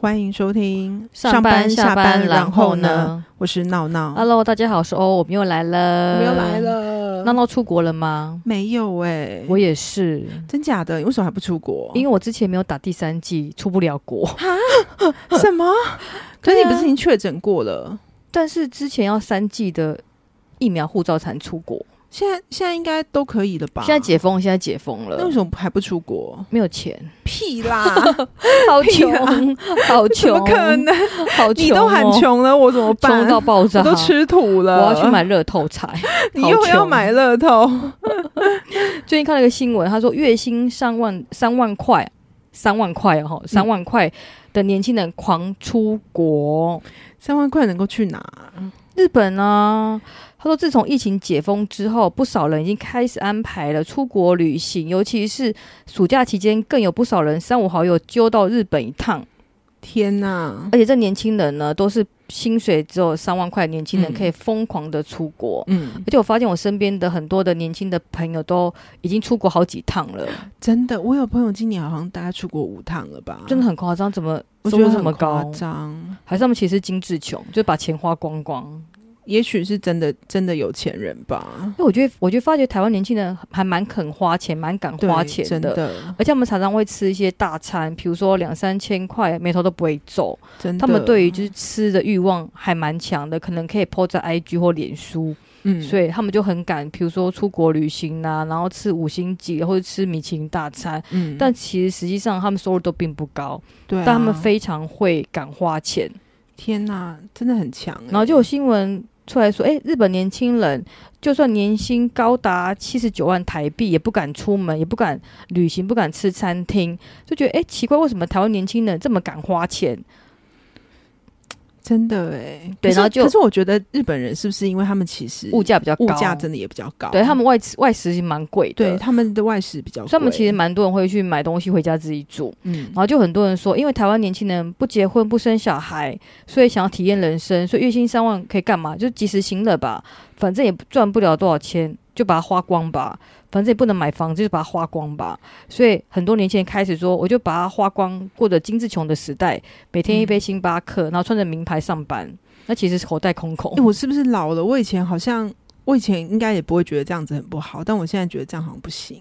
欢迎收听上班下班，然然后后呢？呢啊我是闹闹， ？Hello，大家好，我是哦欧，我们又来了，没有来。了。闹闹出国了吗？没有哎、我也是，真假的？你为什么还不出国？因为我之前没有打第三季，出不了 国。什 么？可是对你啊不是已经确诊过了？但是之前要三季的疫苗护照才能出国，现在现在应该都可以了吧？现在解封，现在解封那为了，什么还不出国？没 有钱，屁 啦！好屁穷啊，好怎穷，么可能？好穷哦，你都很穷了，我怎么办穷？到爆炸，我都吃土我了。要去买，乐透彩。 你又要买乐透？最近看了一个新闻，他说月薪上万三万块，三万块哈、哦，三万块的年轻人狂出国，三万块能够去哪？日本啊。他说，自从疫情解封之后，不少人已经开始安排了出国旅行，尤其是暑假期间，更有不少人三五好友揪到日本一趟。天哪！而且这年轻人呢，都是薪水只有三万块，年轻人嗯可以疯狂的出国。嗯，而且我发现我身边的很多的年轻的朋友都已经出国好几趟了。真的，我有朋友今年好像大概出国五趟了吧？真的很夸张，怎么我觉得收入这很么夸高？张。还是他们其实是精致穷，就把钱花光光。也许是真的真的有钱人吧，哎因为我觉得，我觉得发觉台湾年轻人还蛮肯花钱，蛮敢对花钱真的。的而且他们常常会吃一些大餐，比如说两三千块，眉头都不会皱。真的。他们对于就是吃的欲望还蛮强的，可能可以 PO 在 IG 或脸书，嗯所以他们就很敢，比如说出国旅行呐、然后吃五星级或者吃米其林大餐。嗯但其实实际上他们收入都并不高，对啊、但他们非常会敢花钱。天哪、真的很强欸、然后就有新闻出来说，哎、日本年轻人就算年薪高达七十九万台币，也不敢出门，也不敢旅行，不敢吃餐厅，就觉得哎、诶奇怪，为什么台湾年轻人这么敢花钱？真的哎、对可是然后就可是我觉得日本人是不是因为他们其实物价比较高，物价真的也比较高，对他们外吃外食也蛮贵的，对他们的外食比较贵，所以他们其实蛮多人会去买东西回家自己煮。嗯然后就很多人说，因为台湾年轻人不结婚不生小孩，所以想要体验人生，所以月薪三万可以干嘛？就及时行乐吧，反正也赚不了多少钱，就把它花光吧。反正也不能买房子，就把它花光吧。所以很多年轻人开始说，我就把它花光，过着精致穷的时代，每天一杯星巴克，然后穿着名牌上班。那其实是口袋空空哎诶。我是不是老了？我以前好像。我以前应该也不会觉得这样子很不好，但我现在觉得这样好像不 行。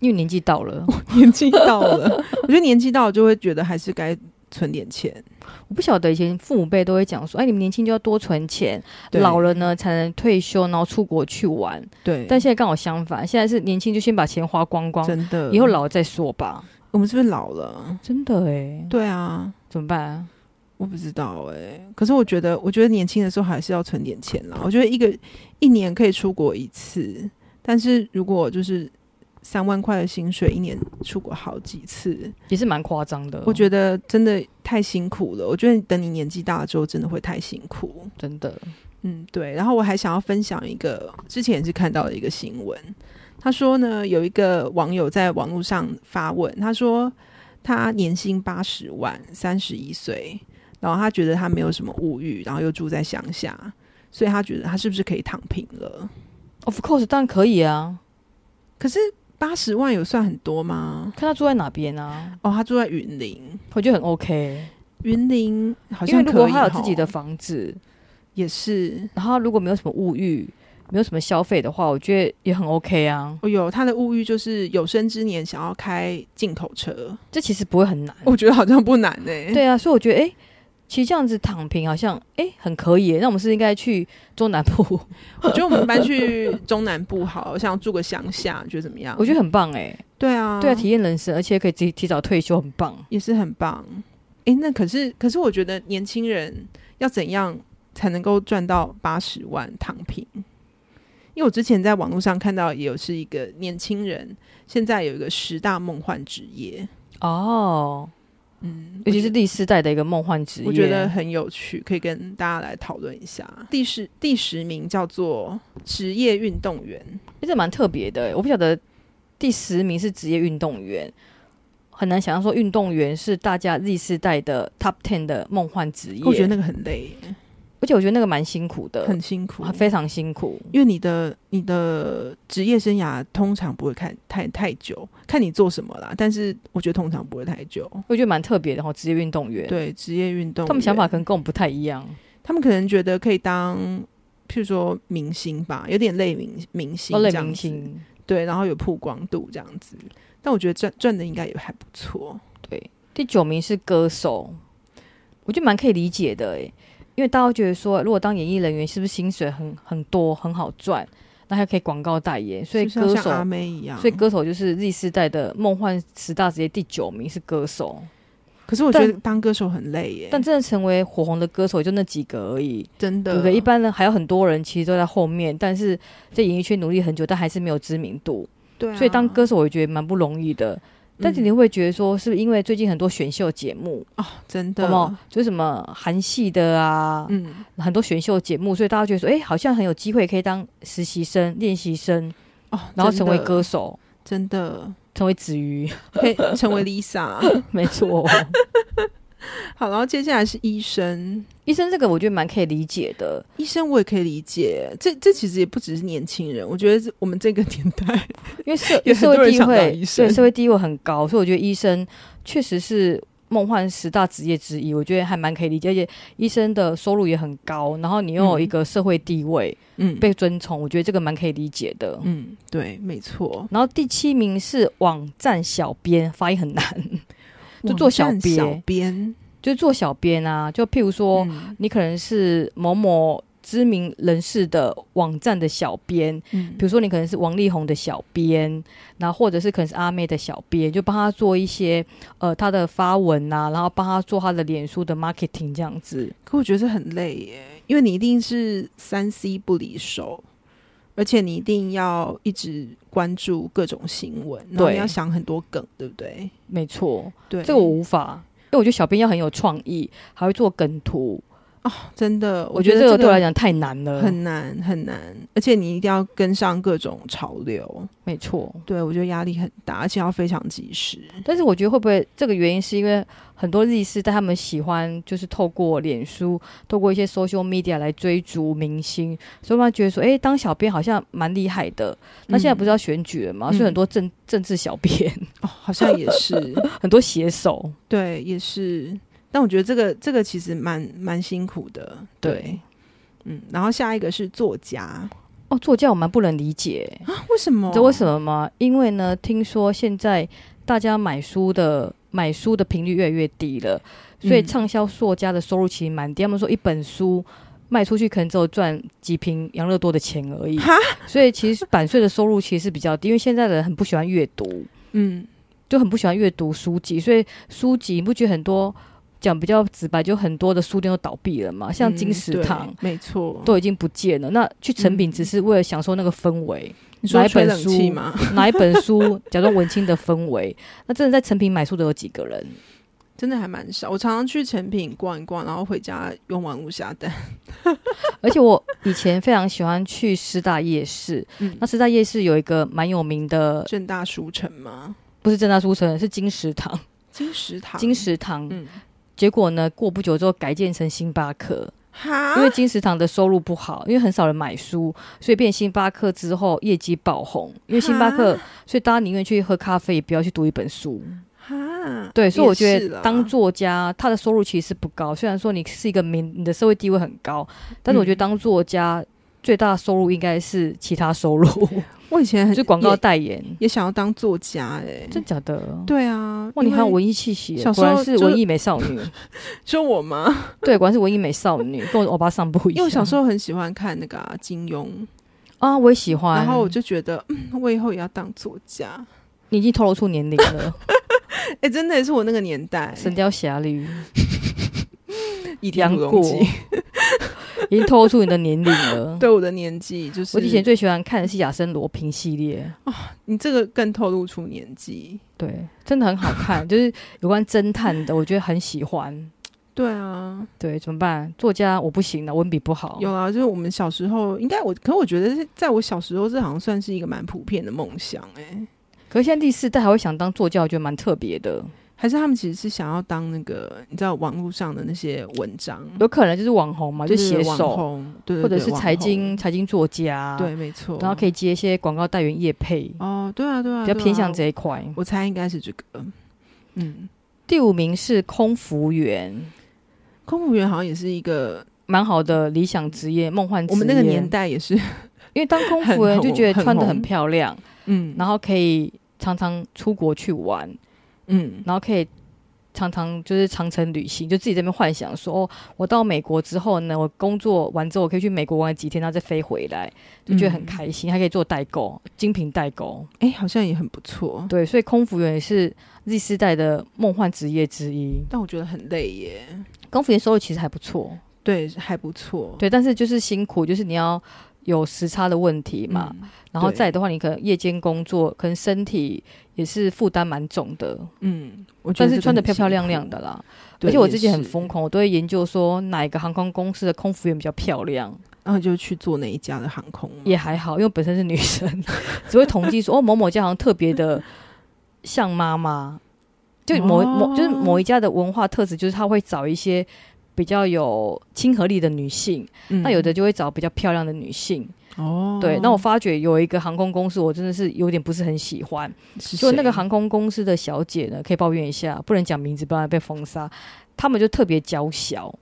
因为年纪到了，年纪到了，我觉得年纪到了就会觉得还是该存点钱。我不晓得以前父母辈都会讲说，哎，你们年轻就要多存钱，对老了呢才能退休，然后出国去玩。对，但现在刚好相反，现在是年轻就先把钱花光光，真的以后老了再说吧。我们是不是老了？真的哎，对啊，怎么办、啊？我不知道哎、可是我觉得，我觉得年轻的时候还是要存点钱啦。我觉得一个一年可以出国一次，但是如果就是三万块的薪水，一年出国好几次，也是蛮夸张的，我觉得真的太辛苦了。我觉得等你年纪大了之后，真的会太辛苦。真的。嗯，对。然后我还想要分享一个，之前也是看到了一个新闻，他说呢，有一个网友在网络上发问，他说他年薪八十万，三十一岁，然后他觉得他没有什么物欲，然后又住在乡下，所以他觉得他是不是可以躺平了？ Of course，当然可以啊，可是八十万有算很多吗？看他住在哪边啊，哦，他住在云林，我觉得很 OK。云林好因像为如果可以他有吼自己的房子，也是。然后他如果没有什么物欲，没有什么消费的话，我觉得也很 OK 啊。哦有他的物欲就是有生之年想要开进口车，这其实不会很难。我觉得好像不难哎、对啊，所以我觉得哎。诶其实这样子躺平好像哎、诶很可以耶，那我们是应该去中 南部，我觉得我们搬去中南部好，我想住个乡下，你觉得怎么样？我觉得很棒哎，对啊，对啊，体验人生，而且可以提提早退休，很棒。也是很棒。诶，那可是可是，我觉得年轻人要怎样才能够赚到八十万躺平？因为我之前在网络上看到，也有是一个年轻人，现在有一个十大梦幻职业，哦，嗯，尤其是第四代的一个梦幻职业，我觉得很有趣，可以跟大家来讨论一下。第十第十名叫做职业运动员，诶这蛮特别的。我不晓得第十名是职业运动员，很难想象说运动员是大家 Z 世代的 Top Ten 的梦幻职业。我觉得那个很累耶，而且我觉得那个蛮辛苦的，啊很辛苦，非常辛苦。因为你的你的职业生涯通常不会看太太久，看你做什么啦。但是我觉得通常不会太久。我觉得蛮特别的哈，职业运动员，对职业运动，他们想法可能跟我们不太一样。他们可能觉得可以当，譬如说明星吧，有点类明明星哦，类这样明子，星，对，然后有曝光度这样子。但我觉得赚赚的应该也还不错。对，第九名是歌手，我觉得蛮可以理解的诶，因为大家会觉得说，如果当演艺人员，是不是薪水很很多，很好赚，那还可以广告代言，所以是不是歌要手，像阿妹一样，所以歌手就是 Z 世代的梦幻十大职业第九名是歌手，可是我觉得但当歌手很累耶，但真的成为火红的歌手就那几个而已，真对的不对？一般人还有很多人其实都在后面，但是在演艺圈努力很久，但还是没有知名度，对啊、嗯所以当歌手我觉得蛮不容易的。但是你会觉得说，是不是因为最近很多选秀节目，哦，真有没有的，就是什么韩系的啊，嗯，很多选秀节目，所以大家觉得说，哎、好像很有机会可以当实习生、练习生，哦，然后成为真的歌，手，真的成为 子瑜，可以成为 Lisa。没错。好，然后接下来是医生，医生这个我觉得蛮可以理解的，医生我也可以理解，这这其实也不只是年轻人，我觉得这我们这个年代，因为社 有很社多会人地想当位医生对社会地位很高，所以我觉得医生确实是梦幻十大职业之一，我觉得还蛮可以理解。而且医生的收入也很高，然后你又有一个社会地位、嗯，被尊崇，我觉得这个蛮可以理解的。嗯，对，没错，然后第七名是网站小编，发音很难，就做小网站编小编，就是做小编啊，就譬如说、嗯你可能是某某知名人士的网站的小编，嗯比如说你可能是王力宏的小编，然后或者是可能是阿妹的小编，就帮他做一些呃他的发文啊，然后帮他做他的脸书的 marketing 这样子。可我觉得这很累耶，因为你一定是三 C 不离手，而且你一定要一直关注各种新闻，然后对你要想很多梗，对不对？没错，对，这个我无法，因为我觉得小编要很有创意，还会做梗图，真的，我觉得这个对我来讲讲太难了。很难很难，而且你一定要跟上各种潮流，没错，对我觉得压力很大，而且要非常及时。但是我觉得会不会这个原因是因为很多 Z 世代他们喜欢就是透过脸书、透过一些 social media 来追逐明星，所以他们觉得说，哎、当小编好像蛮厉害的。那现在不是要选举了嘛，嗯所以很多政政治小编、 哦，好像也是，很多写手，对，也是。但我觉得这个这个其实蛮蛮辛苦的，对，对嗯。然后下一个是作家，哦，作家我蛮不能理解，为什么？你知道为什么吗？因为呢，听说现在大家买书的买书的频率越来越低了，所以嗯畅销作家的收入其实蛮低。他们说一本书卖出去可能只有赚几瓶养乐多的钱而已哈，所以其实版税的收入其实是比较低，因为现在的人很不喜欢阅读，嗯，就很不喜欢阅读书籍，所以书籍你不觉得很多讲比较直白，就很多的书店都倒闭了嘛，像嗯金石对堂。没错。都已经不见了，那去成品嗯只是为了享受那个氛围，你说买吹本冷气书 吗？拿一本书，假装文青的氛围。那真的在成品买书的有几个 人？真的还蛮少。我常常去成品逛一逛，然后回家用网络下 单。而且我以前非常喜欢去师大夜市，嗯那，师大夜市有一个蛮有名的，正大书城吗？不是正大书城，是金石堂。金石堂，金，石堂，嗯，结果呢，过不久之后改建成星巴克，哈因，为金石堂的收入不好，因为很少人买书，所以变星巴克之后业绩爆红。因为星巴啊克，所以大家宁愿去喝咖啡，也不要去读一本书。哈，对，所以我觉也是得啦当作家，他的收入其实不高。虽然说你是一个名，你的社会地位很高，但是我觉嗯得当作家、最大的收入应该是其他收 入，我以前很就是广告也代言。也想要当作家哎。真假的？对啊，哇，你因很有为文艺气息耶，小时果候然是就是文艺美少女。说我吗？对，果然是文艺美少女，跟我欧巴桑不一样。因为我小时候很喜欢看那个啊金庸，啊，我也喜欢。然后我就觉得，嗯，我以后也要当作家。你已经透露出年龄 了，哎，真的也是我那个年代《神雕侠侣》倚天杨屠龙过，记， 已经透露出你的年龄了。对我的年纪就是我以前最喜欢看的是《亚森罗平》系列。你这个更透露出年纪。对，真的很好 看，就是有关侦探的，我觉得很喜欢。对啊，对，怎么办？作家我不行了，文笔不好。有啊，就是我们小时候，应该我，可我觉得是在我小时候，这好像算是一个蛮普遍的梦想哎、可是现在第四代还会想当作家，我觉得蛮特别的。还是他们其实是想要当那个你知道网络上的那些文章，有可能就是网红嘛，啊对就写嗯网手，红，对对或者对是网财红经财经作家，，对，没错。然后可以以接一些广告代言业配，哦，对啊，对啊，比较对偏啊向这一块。我猜应该是这个。嗯，第五名是空服员，空服员好像也是一个，蛮好的理想职业，梦幻职嗯业。我们那个年，代也是，因为当空服员很红就觉得穿的很很红漂亮，嗯，然后后可以常常出国去玩，嗯，然后可以常常就是长程旅行，就自己这边幻想说，哦，我到美国之后呢，我工作完之后我可以去美国玩几天，然后再飞回来，就嗯觉得很开心，还可以做代购，精品代购。哎、好像也很不错，对，所以空服员也是 Z 世代的梦幻职业之一。但我觉得很累耶。空服员收入其实还不错，对，还不错。对，但是就是辛苦，就是你要有时差的问题嗯，嘛。然后对再来的话，你可能夜间工作，可能身体也是负担蛮重的，嗯，我觉但得这是个穿的很漂漂辛亮苦亮的，啦。对而且我之前很，也疯是狂，我都会研究说哪一个航空公司的空服员比较漂亮，然后就去做那一家的航空嘛，也还好，因为我本身是女生， 只会统计说哦某某家好像特别的像妈妈，就某、某哦就是某一家的文化特质，就是他会找一些比较有亲和力的女性，嗯那有的就会找比较漂亮的女性。哦，对，那我发觉有一个航空公司，我真的是有点不是很喜欢。是就那个谁航空公司的小姐呢，可以抱怨一下，不能讲名字，不然被封杀。他们就特别娇小，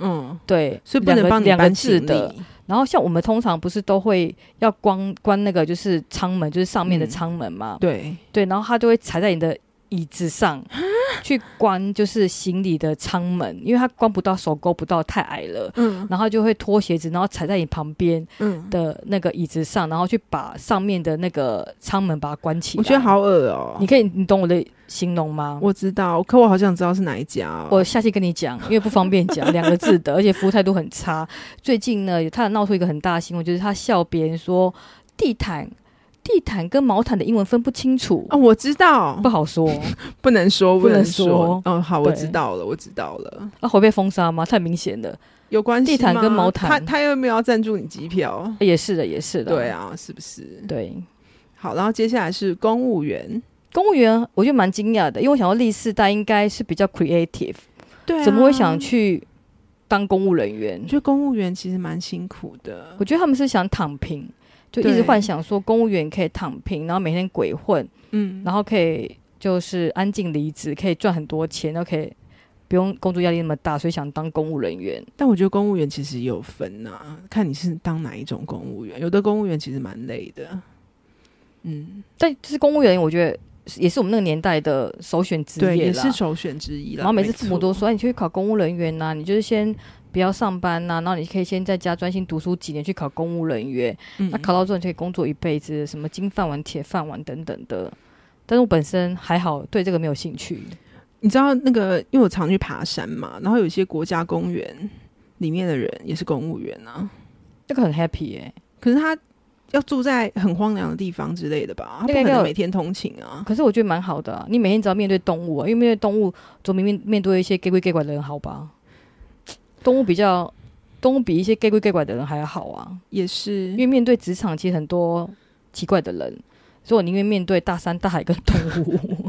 嗯，对，所以不两能个帮你两个搬字行的。李，然后像我们通常不是都会要关关那个就是舱门，就是上面的嗯舱门嘛，对，啊对，然后他就会踩在你的椅子上去关就是行李的舱门，因为他关不到，手勾不到，太矮了。嗯然后就会脱鞋子，然后踩在你旁边嗯，的那个椅子上，然后去把上面的那个舱门把它关起来。我觉得，好恶哦、你可以，你懂我的形容吗？我知道，可我好想知道是哪一家哦、我下期跟你讲，因为不方便讲两个字的，而且服务态度很差。最近呢，有他闹出一个很大的新闻，就是他笑别人说地毯、地毯跟毛毯的英文分不清楚，哦，我知道不，好说。哦 不能说，不能能说嗯，好，我对知道了，我知道了，啊，会被封杀吗？太明显了。有关系地毯跟吗毛毯他他又没有要赞助你机票，也是的，也是的。对，啊，是不是？对。好，然后接下来是公务员，公务员，我就蛮惊讶的，因为我想到历世代应该是比较 creative，、对、啊怎么会想？去当公务人员我？觉得公务员其实蛮辛苦的我，觉得他们是想躺平，就一直对幻想说公务员可以躺平，然后每天鬼混，嗯，然后可以就是安静离职，可以赚很多钱，然后可以不用工作压力那么大，所以想当公务人员。但我觉得公务员其实也有分呐、看你是当哪一种公务员。有的公务员其实蛮累的，嗯，但就是公务员，我觉得是也是我们那个年代的首选职对，业也啦是。首选之一啦。然后每次父母都没错说：“哎，你去考公务人员呐、你就是先不要上班呐、然后你可以先在家专心读书几年去考公务人员。嗯那考到之后你就可以工作一辈子，什么金饭碗、铁饭碗等等的。”但是我本身还好，对这个没有兴趣。你知道那个，因为我常去爬山嘛，然后有一些国家公园里面的人也是公务员啊，这个很 happy 耶、可是他要住在很荒凉的地方之类的吧，他那不个可要能每天通勤啊。可是我觉得蛮好的、啊，你每天只要面对动物、啊，因为面对动物总比面面对一些 gay 鬼 gay 拐的人好吧？动物比较，动物比一些 gay 鬼 gay 拐的人还要好啊，也是因，为面对职场其实很多奇怪的人，所以我宁愿面对大山、大海跟动物。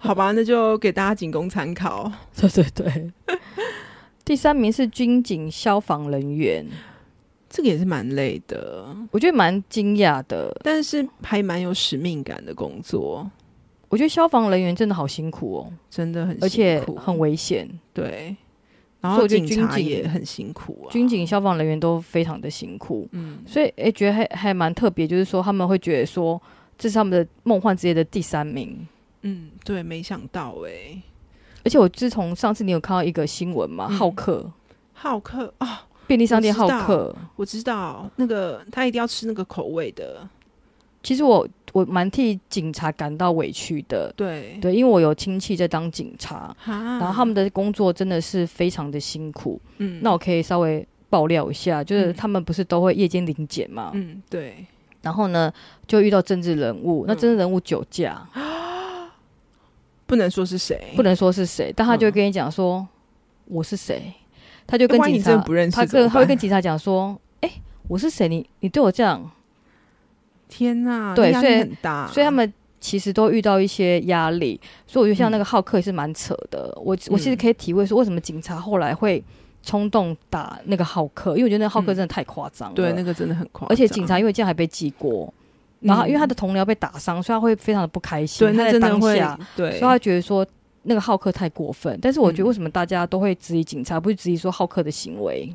好吧，那就给大家仅供参考。 对对对。第三名是军警消防人员，这个也是蛮累的，我觉得蛮惊讶的。但是还蛮有使命感的工作，我觉得消防人员真的好辛苦哦，真的很辛苦而且很危险。对，然所以后我觉得警察军警也很辛苦啊。军警、消防人员都非常的辛苦。嗯，所以诶、觉得还还蛮特别，就是说他们会觉得说这是他们的梦幻职业的第三名。嗯，对，没想到哎、而且我自从上次你有看到一个新闻嘛，嗯好客好客啊、便利商店好我知客，我知道那个他一定要吃那个口味的，其实我我蛮替警察感到委屈的，对，对，因为我有亲戚在当警察，哈，然后他们的工作真的是非常的辛苦。嗯那我可以稍微爆料一下，就是嗯他们不是都会夜间临检嘛，嗯对，然后呢就遇到政治人物，嗯那政治人物酒驾，不能说是谁，不能说是谁，但他就会嗯跟你讲说、我是谁，他就跟万一警真察的不认识他怎跟么他会办跟警察讲说，哎、我是谁？你你对我这样，天呐，对那压力所以很大，所以他们其实都遇到一些压力，所以我觉得嗯像那个浩克也是蛮扯的。我我其实可以体会说，为什么警察后来会冲动打那个浩克，因为我觉得那个浩克真的太夸张了。嗯对，那个真的很夸张。而且警察因为这样还被记过，然后因为他的的同僚被打伤，所以他会非常的不开心。对，那他真在的当会下，对，所以他觉得说那个浩克太过分。但是我觉得嗯为什么大家都会质疑警察，不是质疑说浩克的行为？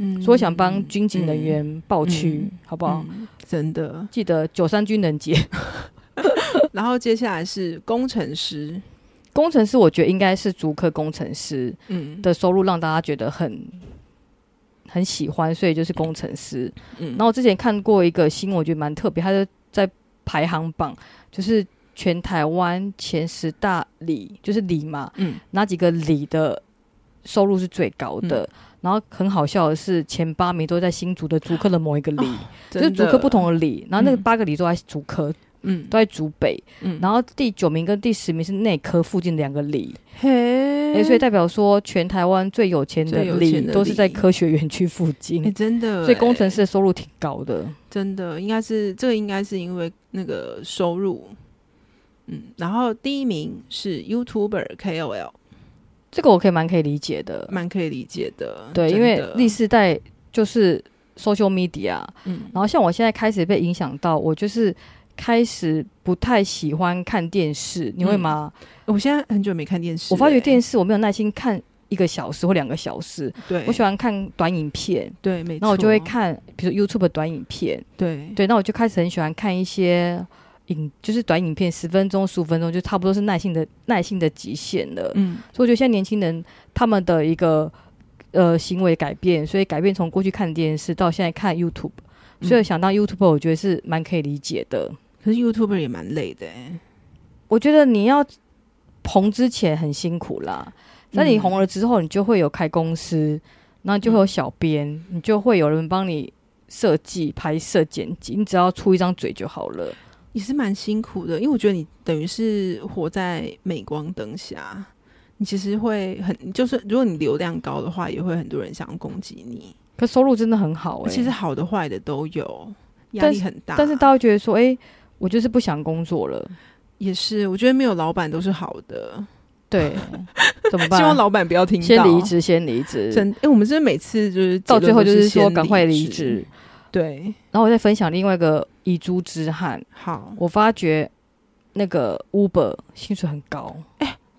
嗯所以我想帮军警人员报屈，嗯好不好？嗯真的。记得九三军人节， 然后接下来是工程师，工程师我觉得应该是足科工程师嗯的收入让大家觉得很很喜欢，所以就是工程师。嗯然后我之前看过一个新闻，我觉得蛮特别，它就在排行榜，就是全台湾前十大里，就是里嘛，嗯哪几个里的收入是最高的。嗯然后很好笑的是，前八名都在新竹的竹科的某一个里，就是竹科不，同的里，然后那个啊嗯八个里都在竹科，真的都在竹北，嗯嗯，然后第九名跟第十名是内科附近两个里，嘿，哎、所以代表说全台湾最有钱的最有里钱的都是在里科学园区附近，哎真的，所以工程师的收入挺高的。真的应该是这个，应该是因为那个收入，嗯，然后第一名是 YouTuber KOL，这个我可以蛮可以理解的，蛮可以理解的，对，嗯因真为的历，世代就是 social media，嗯然后像我现在开始被影响到，我就是开始不太喜欢看电视，你嗯会欸吗？我现在很久没看电视，我发觉电视，视我没有耐心看一个小时或两个小时，对，我喜欢看短影片，对，没错，嗯那我就会，看，比如 YouTube 的短影片，对，对，那我就开始很喜欢看一些影，就是短影片，十分钟、十五分钟，就差不多是耐性的耐性的极限了。嗯，所以我觉得现在年轻人他们的一个呃行为改变，所以改变从过去看电视到现在看 YouTube，所以嗯想当 YouTuber，我觉得是蛮可以理解的。可是 YouTuber 也蛮累的、欸，我觉得你要红之前很辛苦啦，那你嗯红了之后，你就会有开公司，然后就会有小编，你就会有人帮你设计、拍摄、剪辑，你只要出一张嘴就好了。也是蛮辛苦的，因为我觉得你等于是活在镁光灯下，你其实会很，就是如果你流量高的话，也会很多人想要攻击你，可收入真的很好哎、其实好的坏的都有，压力很大，但是大家会觉得说，哎、我就是不想工作了，也是，我觉得没有老板都是好的， 对，怎么办？希望老板不要听到，先离，职，先离职，真，哎、我们真的每次就是到结最论后就都是是说先赶快离离职。。对，然后我再分享另外一个遗珠之憾，好，我发觉那个 Uber 薪水很高，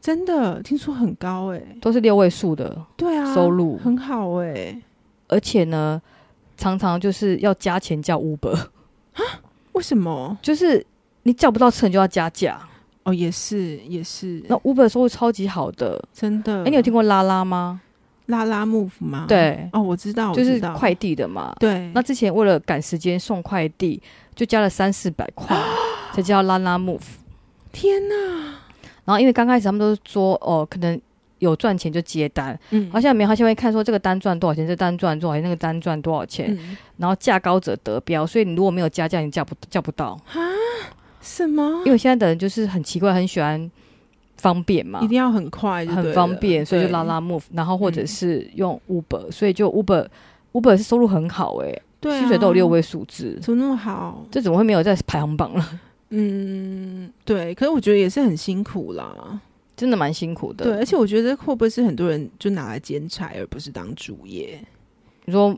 真的听说很高哎、都是六位数的对啊，收入，很好哎、而且呢，常常就是要加钱叫 Uber， 为什么？就是你叫不到车你就要加价。哦，也是也是，那 Uber 收入超级好的，真的。哎、你有听过拉拉吗？拉拉 move 吗？，对，哦，我知道，我就知是道快递的嘛。对，那之前为了赶时间送快递，就加了三四百 块才叫拉拉 move。天哪，然后因为刚开始他们都是说哦，可能有赚钱就接单，嗯然后现在没有，他现在会看说这个单赚多少钱，这单赚多少钱，那个单赚多少钱，嗯然后价高者得标，所以你如果没有加价，你叫不叫不到，什么因？为现在的人就是很奇怪，很喜欢方便嘛一，定要很快就对了，啊很方便，所以就对拉。拉 move，然后或者嗯是用 Uber，、所以就 Uber Uber 是收入很好诶、对啊薪水都有六，位数字，怎么那么好？这怎么会没有在排行榜了？ 嗯，对，可是我觉得也是很辛苦啦。真的蛮辛苦的。对，而且我觉得会不会是很多人就拿来兼差，而不是当主业你说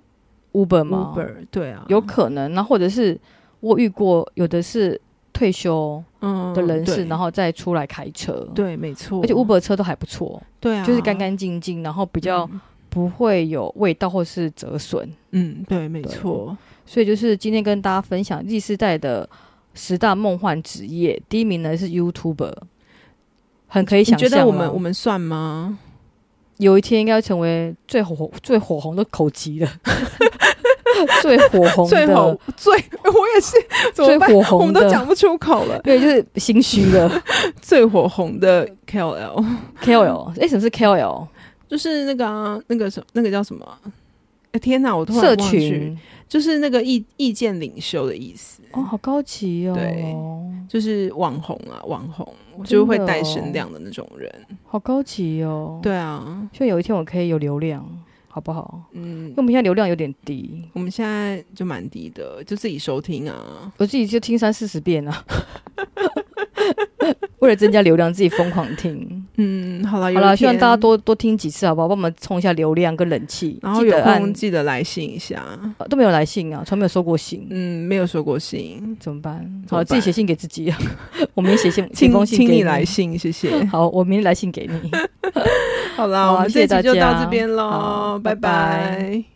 Uber 吗？Uber 对啊，有可能，然后或者是我遇过有的是退休嗯的人士，对然后再出来开车，，对，没错，而且 Uber 车都还不错，对啊，嗯就是干干净净，然后比比较不会有味道或是折损，嗯，对，没错，所以就是今天跟大家分享 Z 世代的十大梦幻职业，第一名呢是 YouTuber。很可以你想觉象啦，得我们我们算吗？有一天应该会成为最火最火红的口级的， 最火红最的后，最 我也是怎么最办？火红的，我们都讲不出口了。对，就是心虚了。 最火红的 KOL KOL，哎、什么是 KOL？就是那个啊、那个什么那个叫什么啊？哎天哪，我突然社忘记群就是那个意意见领袖的意思，哦，好高级哦，对就是网红啊，网红就是会带声量的那种人。哦好高级哦。，对啊，希望有一天我可以有流量，好不好？嗯因为，我们现在流量有点低，我们现在就蛮低的，就自己收听啊。 我自己就听三四十遍啊。为了增加流量，自己疯狂听。嗯，好了，好了，希望大家多。多多听几次，好不好？帮我们冲一下流量跟人气。然后记有得空按记得来信一下。呃都没有来信啊，从来没有收过信，嗯，没有收过信，怎么办？怎么好，自己办写信给自己。 我明 天写信，写请封信给请你来。信，谢 谢。好，我明天来信给你。好啦，好啊我们谢这谢一集就大到家这边喽好，拜拜拜拜